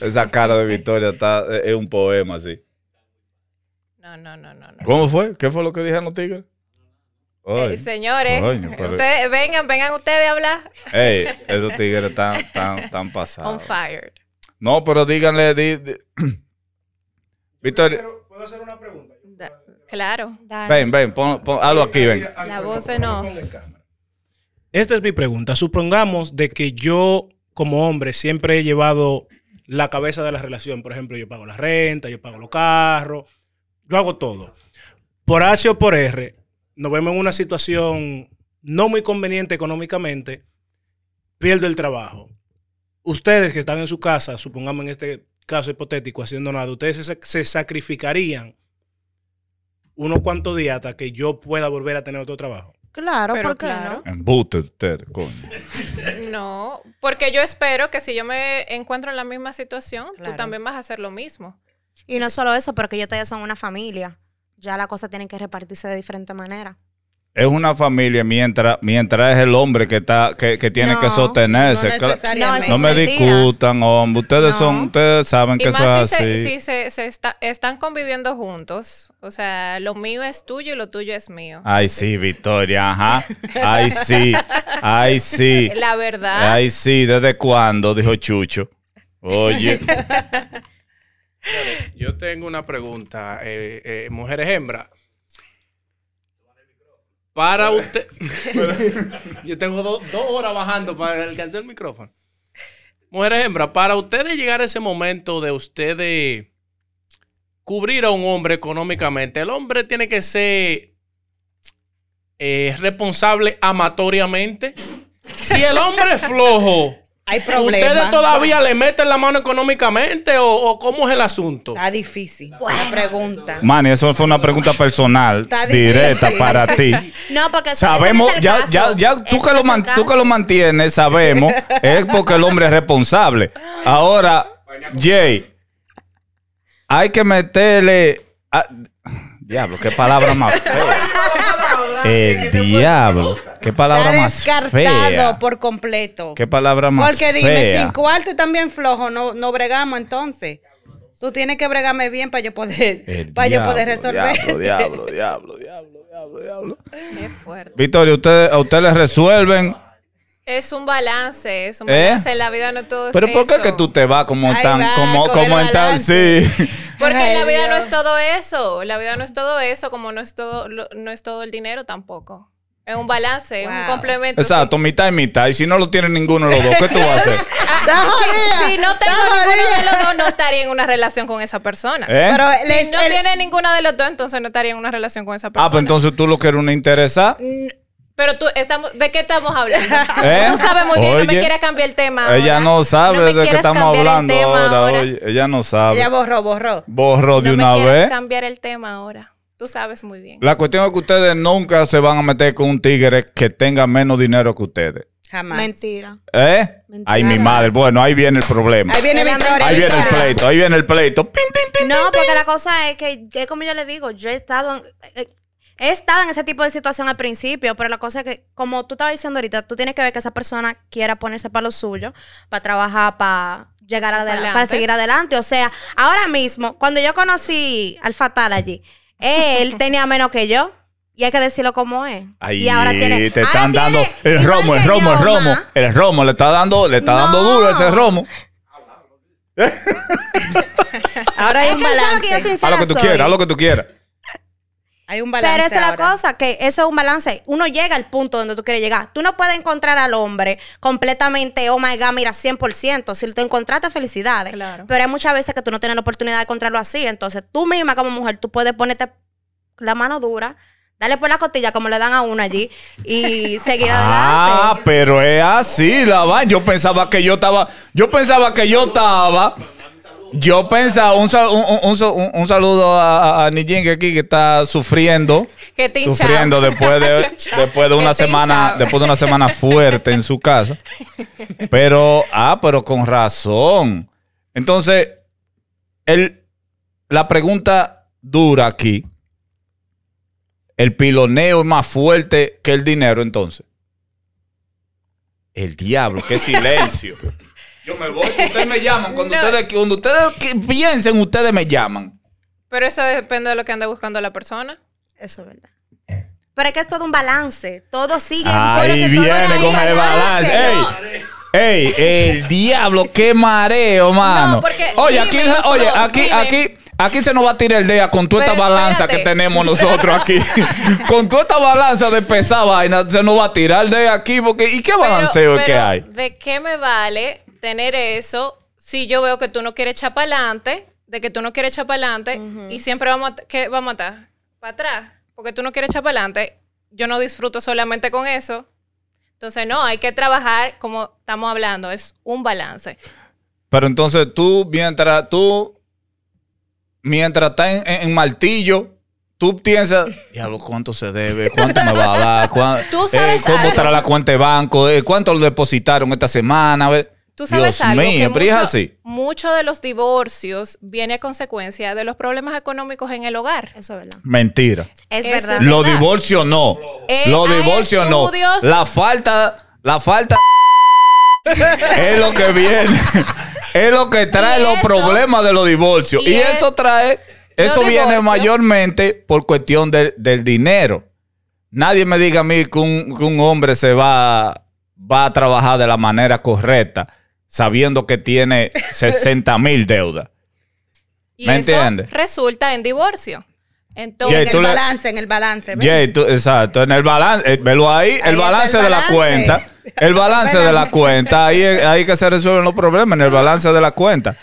[SPEAKER 3] Esa cara de Victoria está, eh, es un poema así.
[SPEAKER 1] No, no, no, no. no.
[SPEAKER 3] ¿Cómo fue? ¿Qué fue lo que dijeron los tigres? Ay.
[SPEAKER 1] Eh, señores,
[SPEAKER 3] Coño, pero-
[SPEAKER 1] ustedes, vengan, vengan ustedes a hablar.
[SPEAKER 3] Ey, esos tigres están, están, están pasados.
[SPEAKER 1] On fire.
[SPEAKER 3] No, pero díganle, di- <clears throat> di- Victoria,
[SPEAKER 5] ¿Puedo hacer una pregunta?
[SPEAKER 1] Da- claro.
[SPEAKER 4] Dale.
[SPEAKER 3] ven, ven, pon, pon- hazlo aquí, ven.
[SPEAKER 1] La voz se nos.
[SPEAKER 5] Esta es mi pregunta. Supongamos de que yo, como hombre, siempre he llevado la cabeza de la relación. Por ejemplo, yo pago la renta, yo pago los carros, yo hago todo. Por H o por R, nos vemos en una situación no muy conveniente económicamente, pierdo el trabajo. Ustedes que están en su casa, supongamos en este caso hipotético, haciendo nada, ustedes se, sac- se sacrificarían unos cuantos días hasta que yo pueda volver a tener otro trabajo.
[SPEAKER 4] Claro,
[SPEAKER 1] Pero
[SPEAKER 4] ¿por qué
[SPEAKER 1] claro.
[SPEAKER 3] Embuste usted, coño.
[SPEAKER 1] No, porque yo espero que si yo me encuentro en la misma situación, tú
[SPEAKER 2] Claro.
[SPEAKER 1] también vas a hacer lo mismo.
[SPEAKER 4] no? Y no solo eso, porque ellos todavía son una familia. Ya las cosas tienen que repartirse de diferente manera.
[SPEAKER 3] Es una familia mientras, mientras es el hombre que está, que, que tiene
[SPEAKER 4] No,
[SPEAKER 3] que sostenerse.
[SPEAKER 2] no
[SPEAKER 3] Cla-
[SPEAKER 2] necesariamente.
[SPEAKER 4] eso
[SPEAKER 3] No
[SPEAKER 4] es
[SPEAKER 3] me
[SPEAKER 4] mentira.
[SPEAKER 3] discutan, hombre. Ustedes
[SPEAKER 4] No.
[SPEAKER 3] son, ustedes saben que
[SPEAKER 1] Y
[SPEAKER 3] eso es
[SPEAKER 1] más si,
[SPEAKER 3] así.
[SPEAKER 1] se, si se- se está- están conviviendo juntos. O sea, lo mío es tuyo y lo tuyo es mío.
[SPEAKER 3] Ay, sí, Victoria, ajá. Ay, sí. Ay, sí.
[SPEAKER 1] La verdad.
[SPEAKER 3] Ay, sí, ¿desde cuándo? Dijo Chucho. Oye.
[SPEAKER 6] Yo tengo una pregunta, eh, eh, mujeres hembras. Para usted. Yo tengo do- dos horas bajando para alcanzar el micrófono. Mujeres hembras, para ustedes llegar a ese momento de ustedes cubrir a un hombre económicamente, el hombre tiene que ser eh, responsable amatoriamente. Si el hombre es flojo,
[SPEAKER 2] Hay problemas.
[SPEAKER 6] ¿ustedes todavía le meten la mano económicamente o, o cómo es el asunto?
[SPEAKER 2] Está difícil. La pregunta.
[SPEAKER 3] Manny, eso fue una pregunta personal,
[SPEAKER 2] Está difícil.
[SPEAKER 3] directa para ti.
[SPEAKER 4] No, porque eso-
[SPEAKER 3] Sabemos,
[SPEAKER 4] ese no es
[SPEAKER 3] ya,
[SPEAKER 4] el
[SPEAKER 3] ya,
[SPEAKER 4] caso.
[SPEAKER 3] ya, tú
[SPEAKER 4] Ese
[SPEAKER 3] que,
[SPEAKER 4] no
[SPEAKER 3] lo
[SPEAKER 4] es el
[SPEAKER 3] man- tú
[SPEAKER 4] caso.
[SPEAKER 3] que lo mantienes, sabemos, es porque el hombre es responsable. Ahora, Jay, hay que meterle... a- Diablo, qué palabra más fea.
[SPEAKER 2] <laughs>
[SPEAKER 3] El diablo, qué palabra
[SPEAKER 2] Está
[SPEAKER 3] más
[SPEAKER 2] descartado
[SPEAKER 3] fea.
[SPEAKER 2] por completo.
[SPEAKER 3] Qué palabra más
[SPEAKER 2] Porque dime,
[SPEAKER 3] fea.
[SPEAKER 2] sin cuarto y también flojo, no, no bregamos entonces. Tú tienes que bregarme bien para yo poder,
[SPEAKER 3] El
[SPEAKER 2] para yo
[SPEAKER 3] diablo,
[SPEAKER 2] poder resolver. <laughs>
[SPEAKER 3] Diablo, diablo, diablo, diablo, diablo, diablo.
[SPEAKER 1] Qué fuerte.
[SPEAKER 3] Victoria, ustedes, a ustedes les resuelven.
[SPEAKER 2] Pues
[SPEAKER 1] Es un balance, es un
[SPEAKER 3] ¿Eh?
[SPEAKER 1] balance. En la vida no todo es
[SPEAKER 3] Pero ¿por qué
[SPEAKER 1] eso.
[SPEAKER 3] que tú te vas como
[SPEAKER 2] Ahí
[SPEAKER 3] tan,
[SPEAKER 2] va,
[SPEAKER 3] como,
[SPEAKER 2] con
[SPEAKER 3] como
[SPEAKER 2] el
[SPEAKER 3] en tan, sí?
[SPEAKER 2] balance. <laughs>
[SPEAKER 1] Porque
[SPEAKER 2] Ay,
[SPEAKER 1] la vida no
[SPEAKER 2] Dios.
[SPEAKER 1] es todo eso. La vida no es todo eso, como no es todo, lo- no es todo el dinero tampoco. Es un balance, es un
[SPEAKER 2] Wow.
[SPEAKER 1] complemento.
[SPEAKER 3] Exacto, mitad y mitad. Y si no lo tiene ninguno de los dos, ¿qué tú vas
[SPEAKER 1] <laughs>
[SPEAKER 3] a hacer?
[SPEAKER 2] Está jodida,
[SPEAKER 1] ah, Si, si no
[SPEAKER 2] está
[SPEAKER 1] tengo ninguno de
[SPEAKER 2] jodida.
[SPEAKER 1] los dos, no estaría en una relación con esa persona.
[SPEAKER 3] ¿Eh?
[SPEAKER 2] Pero
[SPEAKER 1] Si
[SPEAKER 2] les-
[SPEAKER 1] no
[SPEAKER 2] el-
[SPEAKER 1] tiene ninguno de los dos, entonces no estaría en una relación con esa persona.
[SPEAKER 3] ah, pues entonces tú lo que eres una interesada.
[SPEAKER 1] N- Pero tú, estamos, ¿de qué estamos hablando?
[SPEAKER 3] <laughs> ¿Eh?
[SPEAKER 1] Tú sabes muy bien, no me
[SPEAKER 3] Oye,
[SPEAKER 1] quieres cambiar el tema.
[SPEAKER 3] Ella
[SPEAKER 1] ahora.
[SPEAKER 3] no sabe
[SPEAKER 1] No me
[SPEAKER 3] de qué
[SPEAKER 1] quieras
[SPEAKER 3] estamos
[SPEAKER 1] cambiar el
[SPEAKER 3] hablando
[SPEAKER 1] tema
[SPEAKER 3] ahora. oye. ella no sabe.
[SPEAKER 2] ya borró, borró.
[SPEAKER 3] Borró de
[SPEAKER 1] no
[SPEAKER 3] una
[SPEAKER 1] me quieras
[SPEAKER 3] vez.
[SPEAKER 1] cambiar el tema ahora. Tú sabes muy bien.
[SPEAKER 3] La cuestión es que ustedes nunca se van a meter con un tigre que tenga menos dinero que ustedes.
[SPEAKER 2] Jamás.
[SPEAKER 4] Mentira.
[SPEAKER 3] ¿Eh?
[SPEAKER 4] Mentira.
[SPEAKER 3] Ay, mi madre. Bueno, ahí viene el problema.
[SPEAKER 2] Ahí viene
[SPEAKER 4] Era
[SPEAKER 2] Victoria.
[SPEAKER 3] Ahí viene el pleito, ahí viene el pleito. Pin, tin, tin.
[SPEAKER 4] No, porque la cosa es que, es como yo le digo, yo he estado en, eh, he estado en ese tipo de situación al principio, pero la cosa es que, como tú estabas diciendo ahorita, tú tienes que ver que esa persona quiera ponerse para lo suyo, para trabajar, para llegar adelante,
[SPEAKER 1] adelante.
[SPEAKER 4] para seguir adelante. O sea, ahora mismo, cuando yo conocí al Fatal allí, él tenía menos que yo. Y hay que decirlo como es.
[SPEAKER 3] Ahí
[SPEAKER 4] y ahora tiene.
[SPEAKER 3] te
[SPEAKER 4] ahora
[SPEAKER 3] están
[SPEAKER 4] tiene
[SPEAKER 3] dando el
[SPEAKER 4] igual
[SPEAKER 3] romo, el
[SPEAKER 4] que
[SPEAKER 3] romo,
[SPEAKER 4] yo,
[SPEAKER 3] el romo,
[SPEAKER 4] ma.
[SPEAKER 3] el romo, le está dando, le está
[SPEAKER 4] No.
[SPEAKER 3] dando duro ese romo.
[SPEAKER 2] Ahora hay
[SPEAKER 4] Es
[SPEAKER 2] un
[SPEAKER 4] que él sabe que yo
[SPEAKER 2] balance.
[SPEAKER 3] Haz
[SPEAKER 4] sincera
[SPEAKER 3] lo que tú
[SPEAKER 4] soy.
[SPEAKER 3] quieras, haz lo que tú quieras.
[SPEAKER 2] Hay un
[SPEAKER 4] Pero
[SPEAKER 2] balance.
[SPEAKER 4] esa es la
[SPEAKER 2] ahora.
[SPEAKER 4] cosa, que eso es un balance. Uno llega al punto donde tú quieres llegar. Tú no puedes encontrar al hombre completamente, oh my God, mira, 100%. Si te encontraste, felicidades.
[SPEAKER 1] Claro.
[SPEAKER 4] Pero hay muchas veces que tú no tienes la oportunidad de encontrarlo así. Entonces, tú misma como mujer, tú puedes ponerte la mano dura, darle por la costilla como le dan a uno allí y seguir
[SPEAKER 3] Ah,
[SPEAKER 4] adelante.
[SPEAKER 3] pero es así la van. Yo pensaba que yo estaba, yo pensaba que yo estaba. Yo pensaba, un, sal- un, un- un sal- un- un saludo a, a- a Nijin que aquí que está sufriendo.
[SPEAKER 1] Que te hinchaba.
[SPEAKER 3] Sufriendo después de, después de
[SPEAKER 1] Que
[SPEAKER 3] una
[SPEAKER 1] te
[SPEAKER 3] semana,
[SPEAKER 1] hinchaba.
[SPEAKER 3] después de una semana fuerte en su casa. Pero, ah, pero con razón. Entonces, el, la pregunta dura aquí. El piloneo es más fuerte que el dinero, entonces. El diablo, qué silencio. Yo me voy, ustedes me llaman. Cuando
[SPEAKER 1] No.
[SPEAKER 3] ustedes, cuando ustedes que piensen, ustedes me llaman.
[SPEAKER 1] Pero eso depende de lo que anda buscando la persona.
[SPEAKER 4] Eso es verdad. Pero es que es todo un balance. Todo sigue. solo
[SPEAKER 3] Ahí
[SPEAKER 4] que todo es
[SPEAKER 3] viene
[SPEAKER 4] un
[SPEAKER 3] con el balance.
[SPEAKER 4] ¿no?
[SPEAKER 3] Ey, ey,
[SPEAKER 1] <laughs>
[SPEAKER 3] el diablo, qué mareo, mano.
[SPEAKER 1] No, porque-
[SPEAKER 3] oye,
[SPEAKER 1] dime,
[SPEAKER 3] aquí, oye,
[SPEAKER 1] no,
[SPEAKER 3] aquí,
[SPEAKER 1] dime.
[SPEAKER 3] aquí, aquí se nos va a tirar el día con toda esta
[SPEAKER 1] Pero
[SPEAKER 3] balanza que
[SPEAKER 1] espérate.
[SPEAKER 3] tenemos nosotros
[SPEAKER 1] <laughs>
[SPEAKER 3] aquí. con toda esta balanza de pesada vaina, se nos va a tirar el día aquí porque ¿y qué balanceo
[SPEAKER 1] Pero-
[SPEAKER 3] es que
[SPEAKER 1] pero,
[SPEAKER 3] hay?
[SPEAKER 1] ¿De qué me vale tener eso si yo veo que tú no quieres echar para adelante? De que tú no quieres echar para adelante y siempre vamos a, ¿qué vamos a estar? Para atrás. Porque tú no quieres echar para adelante. Yo no disfruto solamente con eso. Entonces, no, hay que trabajar como estamos hablando. Es un balance.
[SPEAKER 3] Pero entonces tú, mientras tú, mientras estás en, en- en martillo, tú piensas, diablo, ¿cuánto se debe? ¿Cuánto me va
[SPEAKER 1] <laughs>
[SPEAKER 3] a dar? ¿Cuán- Eh,
[SPEAKER 1] Tú sabes
[SPEAKER 3] ¿Cómo
[SPEAKER 1] algo.
[SPEAKER 3] estará la cuenta de banco? Eh, ¿Cuánto lo depositaron esta semana? A ver,
[SPEAKER 1] Tú sabes
[SPEAKER 3] Dios
[SPEAKER 1] algo
[SPEAKER 3] mío,
[SPEAKER 1] que
[SPEAKER 3] pero es
[SPEAKER 1] mucho-
[SPEAKER 3] así.
[SPEAKER 1] mucho de los divorcios viene a consecuencia de los problemas económicos en el hogar.
[SPEAKER 4] Eso es verdad.
[SPEAKER 3] Mentira.
[SPEAKER 4] Es
[SPEAKER 1] Eso
[SPEAKER 4] verdad.
[SPEAKER 3] Lo divorcio no.
[SPEAKER 1] Eh,
[SPEAKER 3] Lo
[SPEAKER 1] hay
[SPEAKER 3] divorcio no.
[SPEAKER 1] estudios-
[SPEAKER 3] La falta, la falta es lo que viene. Es lo que trae
[SPEAKER 1] Y
[SPEAKER 3] los
[SPEAKER 1] eso-
[SPEAKER 3] problemas de los divorcios. Y,
[SPEAKER 1] y es-
[SPEAKER 3] eso trae,
[SPEAKER 1] Los
[SPEAKER 3] eso viene
[SPEAKER 1] divorcios-
[SPEAKER 3] mayormente por cuestión del- del dinero. Nadie me diga a mí que un, que un hombre se va, va a trabajar de la manera correcta sabiendo que tiene 60 mil deudas.
[SPEAKER 1] Y
[SPEAKER 3] ¿Me
[SPEAKER 1] eso
[SPEAKER 3] entiendes?
[SPEAKER 1] resulta en divorcio. Entonces,
[SPEAKER 3] Jay,
[SPEAKER 2] En
[SPEAKER 3] tú
[SPEAKER 2] el
[SPEAKER 3] le-
[SPEAKER 2] balance, en el balance. ¿ves?
[SPEAKER 3] Jay, tú- exacto, en el balance, eh, velo ahí,
[SPEAKER 2] está
[SPEAKER 3] el
[SPEAKER 2] el
[SPEAKER 3] balance de la
[SPEAKER 2] balance.
[SPEAKER 3] cuenta. El balance de la cuenta, ahí, es- ahí que se resuelven los problemas, en el balance de la cuenta.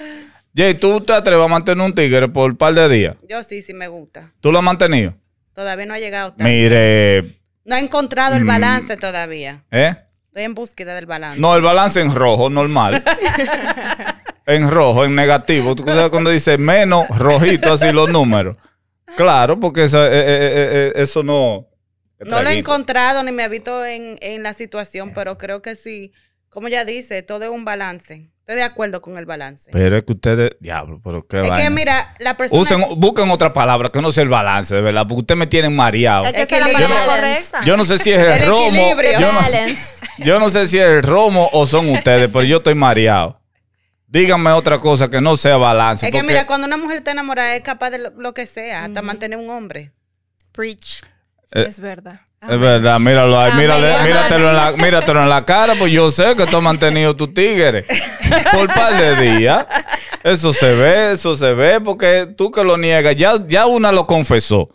[SPEAKER 3] Jay, ¿tú te atreves a mantener un tigre por un par de días?
[SPEAKER 2] Yo sí, sí me gusta.
[SPEAKER 3] ¿Tú lo has mantenido?
[SPEAKER 2] Todavía no ha llegado tanto.
[SPEAKER 3] Mire,
[SPEAKER 2] No he encontrado el balance todavía.
[SPEAKER 3] ¿eh?
[SPEAKER 2] Estoy en búsqueda del balance.
[SPEAKER 3] Mm. No, el balance en rojo,
[SPEAKER 2] <laughs>
[SPEAKER 3] normal. en rojo, en negativo. Tú sabes cuando dice menos rojito, así los números. Claro, porque eso, eh, eh, eh, eh, eso no.
[SPEAKER 2] No lo he
[SPEAKER 3] Traguito.
[SPEAKER 2] encontrado ni me habito en, en la situación, pero creo que sí. Como ya dice, todo es un balance. Estoy de acuerdo con el balance.
[SPEAKER 3] Pero es que ustedes, diablo, pero qué
[SPEAKER 2] es
[SPEAKER 3] vaina.
[SPEAKER 2] que mira, la persona...
[SPEAKER 3] Usen, busquen otra palabra que no sea el balance, de verdad, porque ustedes me tienen mareado.
[SPEAKER 4] Es que esa es la
[SPEAKER 2] Equilibrio.
[SPEAKER 4] palabra
[SPEAKER 1] Balance.
[SPEAKER 4] correcta.
[SPEAKER 3] Yo no sé si es el,
[SPEAKER 2] <laughs> El
[SPEAKER 3] romo.
[SPEAKER 2] equilibrio.
[SPEAKER 3] Yo no, <laughs> yo no sé si es el romo o son ustedes, pero yo estoy mareado. Díganme otra cosa que no sea balance.
[SPEAKER 2] es que
[SPEAKER 3] porque-
[SPEAKER 2] mira, cuando una mujer está enamorada es capaz de lo, lo que sea, hasta mantener un hombre.
[SPEAKER 4] Preach.
[SPEAKER 3] eh,
[SPEAKER 1] es verdad.
[SPEAKER 3] Es verdad, míralo ahí,
[SPEAKER 1] Amén,
[SPEAKER 3] mírale,
[SPEAKER 1] hermano.
[SPEAKER 3] míratelo, en la, míratelo en la cara, pues yo sé que tú has mantenido tu tigre por par de días. Eso se ve, eso se ve, porque tú que lo niegas, ya, ya una lo confesó.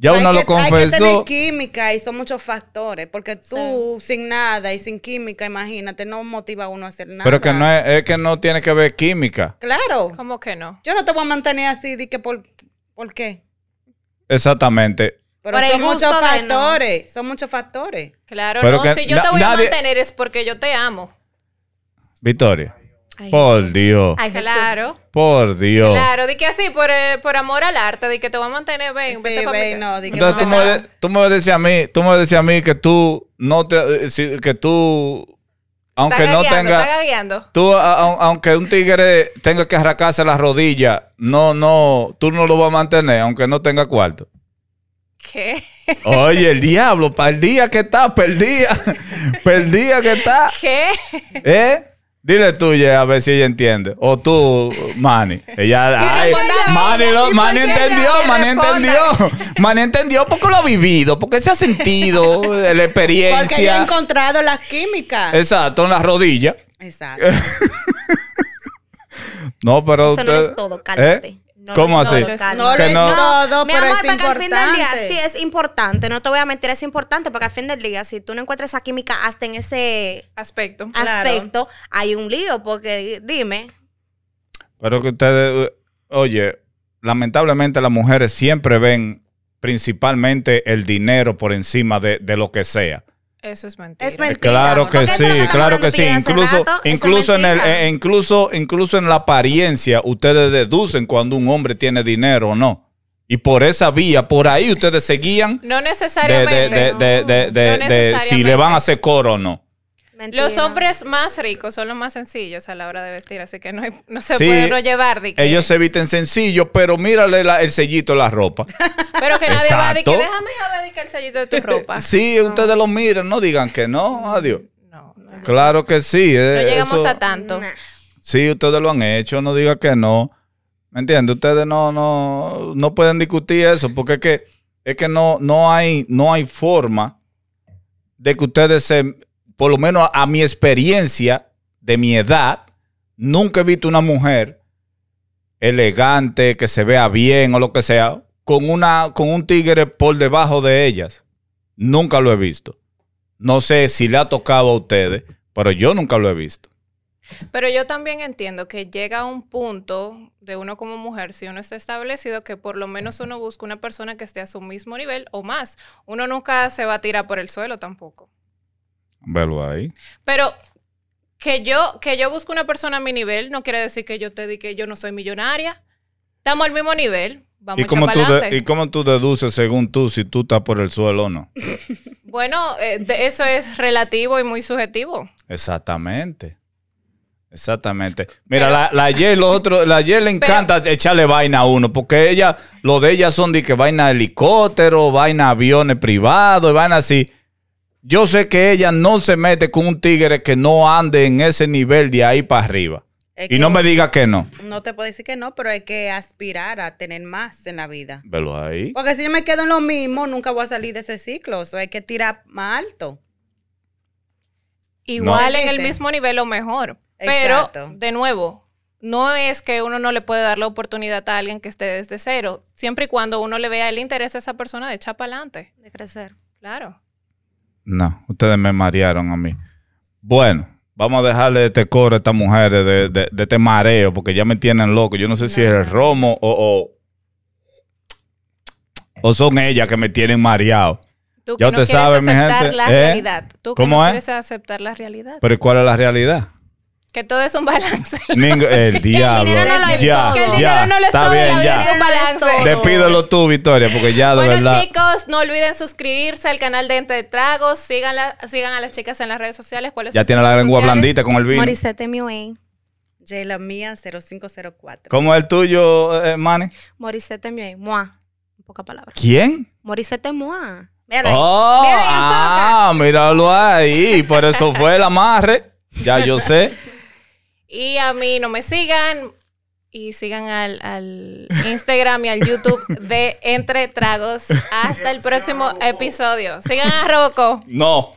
[SPEAKER 3] Ya
[SPEAKER 2] Hay
[SPEAKER 3] una lo
[SPEAKER 2] que- Hay que tener
[SPEAKER 3] confesó.
[SPEAKER 2] química y son muchos factores, porque tú sin nada y sin química, imagínate, no motiva a uno a hacer nada.
[SPEAKER 3] Pero que no es, es que no tiene que ver química.
[SPEAKER 2] Claro.
[SPEAKER 1] ¿Cómo que no?
[SPEAKER 2] Yo no te voy a mantener así, di que por, ¿por qué?
[SPEAKER 3] Exactamente.
[SPEAKER 2] Pero
[SPEAKER 4] Por el
[SPEAKER 2] son muchos
[SPEAKER 4] gusto de no.
[SPEAKER 2] factores, son muchos factores.
[SPEAKER 1] Claro,
[SPEAKER 3] Pero
[SPEAKER 1] no.
[SPEAKER 3] que
[SPEAKER 1] Si yo
[SPEAKER 3] na-
[SPEAKER 1] te voy
[SPEAKER 3] nadie-
[SPEAKER 1] a mantener es porque yo te amo.
[SPEAKER 3] Victoria.
[SPEAKER 4] Ay,
[SPEAKER 3] Por Dios.
[SPEAKER 4] Ay, Jesús.
[SPEAKER 3] Oh.
[SPEAKER 1] Claro.
[SPEAKER 3] Por Dios.
[SPEAKER 1] Claro, di que así, por, eh, por amor al arte, di que te voy a mantener, ven,
[SPEAKER 2] Sí,
[SPEAKER 1] vete pa' mi
[SPEAKER 2] ve,
[SPEAKER 1] casa.
[SPEAKER 2] no, di que
[SPEAKER 3] Entonces tú
[SPEAKER 2] no
[SPEAKER 3] me,
[SPEAKER 2] te-
[SPEAKER 3] de- tú me decías a mí, tú me decías a mí que tú no te, eh, si- que tú, aunque
[SPEAKER 1] Está
[SPEAKER 3] no
[SPEAKER 1] gagueando,
[SPEAKER 3] tenga,
[SPEAKER 1] Está gagueando.
[SPEAKER 3] Tú, a- a- aunque un tigre tenga que arrancarse las rodillas, no, no, tú no lo vas a mantener, aunque no tenga cuarto.
[SPEAKER 1] ¿Qué?
[SPEAKER 3] Oye, el diablo, <laughs> para el día que está, perdía, perdía que está,
[SPEAKER 1] ¿Qué?
[SPEAKER 3] ¿eh? Dile tuya a ver si ella entiende. O tú, Manny. Ella, ay,
[SPEAKER 4] ella-
[SPEAKER 3] Manny, lo-
[SPEAKER 4] y
[SPEAKER 3] Manny
[SPEAKER 4] porque ella
[SPEAKER 3] entendió,
[SPEAKER 4] le
[SPEAKER 3] Manny
[SPEAKER 4] responda.
[SPEAKER 3] entendió. Manny entendió porque lo ha vivido, porque se ha sentido eh, la
[SPEAKER 2] Porque yo he
[SPEAKER 3] experiencia.
[SPEAKER 2] encontrado la química.
[SPEAKER 3] Exacto, en las rodillas. <laughs>
[SPEAKER 2] Exacto.
[SPEAKER 3] No, pero.
[SPEAKER 4] Eso no lo
[SPEAKER 3] usted-
[SPEAKER 4] es todo, cálmate.
[SPEAKER 3] ¿Eh?
[SPEAKER 4] No lo
[SPEAKER 3] ¿Cómo
[SPEAKER 4] es todo,
[SPEAKER 3] así?
[SPEAKER 4] cálmate.
[SPEAKER 2] No lo
[SPEAKER 3] Que
[SPEAKER 2] es
[SPEAKER 3] no-
[SPEAKER 2] todo,
[SPEAKER 4] mi
[SPEAKER 2] pero
[SPEAKER 4] amor,
[SPEAKER 2] es
[SPEAKER 4] porque al fin del día
[SPEAKER 2] importante.
[SPEAKER 4] sí es importante. No te voy a mentir, es importante porque al fin del día, si tú no encuentras esa química hasta en ese
[SPEAKER 1] Aspecto.
[SPEAKER 2] Claro.
[SPEAKER 4] aspecto, hay un lío. Porque dime,
[SPEAKER 3] Pero que ustedes, eh, oye, lamentablemente las mujeres siempre ven principalmente el dinero por encima de, de lo que sea.
[SPEAKER 1] Eso es mentira.
[SPEAKER 4] es mentira.
[SPEAKER 3] Eh, claro
[SPEAKER 4] amor, porque eso
[SPEAKER 3] que
[SPEAKER 4] es lo
[SPEAKER 3] sí,
[SPEAKER 4] estamos
[SPEAKER 3] claro
[SPEAKER 4] hablando
[SPEAKER 3] que
[SPEAKER 4] tú
[SPEAKER 3] sí.
[SPEAKER 4] y yo hace
[SPEAKER 3] Incluso,
[SPEAKER 4] rato, eso es
[SPEAKER 3] incluso en el,
[SPEAKER 4] mentira.
[SPEAKER 3] eh, incluso, incluso en la apariencia, ustedes deducen cuando un hombre tiene dinero o no. Y por esa vía, por ahí ustedes seguían
[SPEAKER 1] no
[SPEAKER 3] de, de,
[SPEAKER 1] necesariamente.
[SPEAKER 3] de, de, de- de-
[SPEAKER 1] No
[SPEAKER 3] de si le van
[SPEAKER 1] necesariamente.
[SPEAKER 3] a hacer coro o no.
[SPEAKER 4] Mentira.
[SPEAKER 1] Los hombres más ricos son los más sencillos a la hora de vestir, así que no, hay- no se
[SPEAKER 3] Sí,
[SPEAKER 1] puede no llevar. de que-
[SPEAKER 3] Ellos se visten sencillo, pero mírale la- el sellito de
[SPEAKER 4] <laughs>
[SPEAKER 3] la ropa.
[SPEAKER 1] Pero que nadie va a decir,
[SPEAKER 3] Exacto.
[SPEAKER 1] déjame yo dedicar el sellito de tu
[SPEAKER 3] <laughs>
[SPEAKER 1] ropa.
[SPEAKER 3] Sí, ustedes lo miran, no digan que no, adiós.
[SPEAKER 1] No, no, no
[SPEAKER 3] Claro que sí. eh,
[SPEAKER 1] llegamos
[SPEAKER 3] eso-
[SPEAKER 1] a tanto.
[SPEAKER 4] Nah.
[SPEAKER 3] Sí, ustedes lo han hecho, no diga que no. ¿Me entiendes? Ustedes no, no, no pueden discutir eso, porque es que, es que no, no, hay, no hay forma de que ustedes se, por lo menos a, mi experiencia de mi edad, nunca he visto una mujer elegante, que se vea bien o lo que sea, con, una, con un tigre por debajo de ellas. Nunca lo he visto. No sé si le ha tocado a ustedes, pero yo nunca lo he visto.
[SPEAKER 1] Pero yo también entiendo que llega un punto de uno como mujer, si uno está establecido, que por lo menos uno busca una persona que esté a su mismo nivel o más. Uno nunca se va a tirar por el suelo tampoco.
[SPEAKER 3] Velo ahí.
[SPEAKER 1] Pero que yo, que yo busque una persona a mi nivel no quiere decir que yo te di que yo no soy millonaria. Estamos al mismo nivel. Vamos
[SPEAKER 3] ¿Y
[SPEAKER 1] a
[SPEAKER 3] cómo,
[SPEAKER 1] echar
[SPEAKER 3] tú de-
[SPEAKER 1] pa'lante.
[SPEAKER 3] ¿Y cómo tú deduces, según tú, si tú estás por el suelo o no?
[SPEAKER 1] Bueno, eh, de- eso es relativo y muy subjetivo.
[SPEAKER 3] Exactamente. Exactamente. Mira, la, la Ye, los otros, la Ye
[SPEAKER 2] <laughs>
[SPEAKER 3] le encanta echarle vaina a uno, porque ella, lo de ella son de que vaina helicóptero, vaina aviones privados, y vaina así. Yo sé que ella no se mete con un tigre que no ande en ese nivel de ahí para arriba.
[SPEAKER 2] Es
[SPEAKER 3] y
[SPEAKER 2] que-
[SPEAKER 3] no me diga que no.
[SPEAKER 2] No te puedo decir que no, pero hay que aspirar a tener más en la vida.
[SPEAKER 3] Velo ahí.
[SPEAKER 2] Porque si yo me quedo en lo mismo, nunca voy a salir de ese ciclo. O sea, hay que tirar más alto.
[SPEAKER 1] Igual en el
[SPEAKER 2] Realmente.
[SPEAKER 1] mismo nivel o mejor.
[SPEAKER 2] Exacto.
[SPEAKER 1] Pero, de nuevo, no es que uno no le puede dar la oportunidad a alguien que esté desde cero, siempre y cuando uno le vea el interés a esa persona de echar para adelante.
[SPEAKER 4] De crecer.
[SPEAKER 1] Claro.
[SPEAKER 3] No, ustedes me marearon a mí. Bueno, vamos a dejarle este coro a estas mujeres de, de- de este mareo, porque ya me tienen loco. Yo no sé si es el romo o, o, o son ellas que me tienen mareado.
[SPEAKER 1] Tú
[SPEAKER 3] Ya usted sabe, mi
[SPEAKER 1] aceptar
[SPEAKER 3] gente,
[SPEAKER 1] la
[SPEAKER 3] ¿eh?
[SPEAKER 1] realidad. Tú que
[SPEAKER 3] ¿Cómo
[SPEAKER 1] no
[SPEAKER 3] es?
[SPEAKER 1] quieres aceptar la realidad.
[SPEAKER 3] Pero ¿cuál es la realidad?
[SPEAKER 1] Que todo es un balance. <laughs>
[SPEAKER 3] Ning- el diablo.
[SPEAKER 4] dinero no lo es
[SPEAKER 3] ya,
[SPEAKER 4] todo. Que el
[SPEAKER 3] Ah, ya,
[SPEAKER 1] dinero no lo es
[SPEAKER 3] está
[SPEAKER 1] todo, la
[SPEAKER 3] bien,
[SPEAKER 1] vida
[SPEAKER 3] ya.
[SPEAKER 1] es un balance.
[SPEAKER 4] todo.
[SPEAKER 3] Despídelo tú, Victoria, porque ya de
[SPEAKER 1] Bueno,
[SPEAKER 3] verdad.
[SPEAKER 1] chicos, no olviden suscribirse al canal de Entre Tragos. Sigan, sigan a las chicas en las redes sociales. ¿Cuáles
[SPEAKER 3] Ya
[SPEAKER 1] son
[SPEAKER 3] tiene
[SPEAKER 1] sus
[SPEAKER 3] la
[SPEAKER 1] redes
[SPEAKER 3] lengua
[SPEAKER 1] sociales?
[SPEAKER 3] blandita con el vino.
[SPEAKER 4] Morissette MUA.
[SPEAKER 2] Jayla Mía 0504.
[SPEAKER 3] ¿Cómo es el tuyo, eh, Manny?
[SPEAKER 4] Morissette MUA. eh. Mua. En pocas palabras.
[SPEAKER 3] ¿Quién?
[SPEAKER 4] Morissette MUA. Mírala ahí.
[SPEAKER 3] Oh,
[SPEAKER 4] Mírala ahí, enfoca.
[SPEAKER 3] ah, míralo ahí. Por eso fue el amarre. Ya yo sé.
[SPEAKER 1] Y a mí no me sigan. Y sigan al, al Instagram y al YouTube de Entre Tragos. Hasta el próximo episodio. Sigan a Roco.
[SPEAKER 3] No.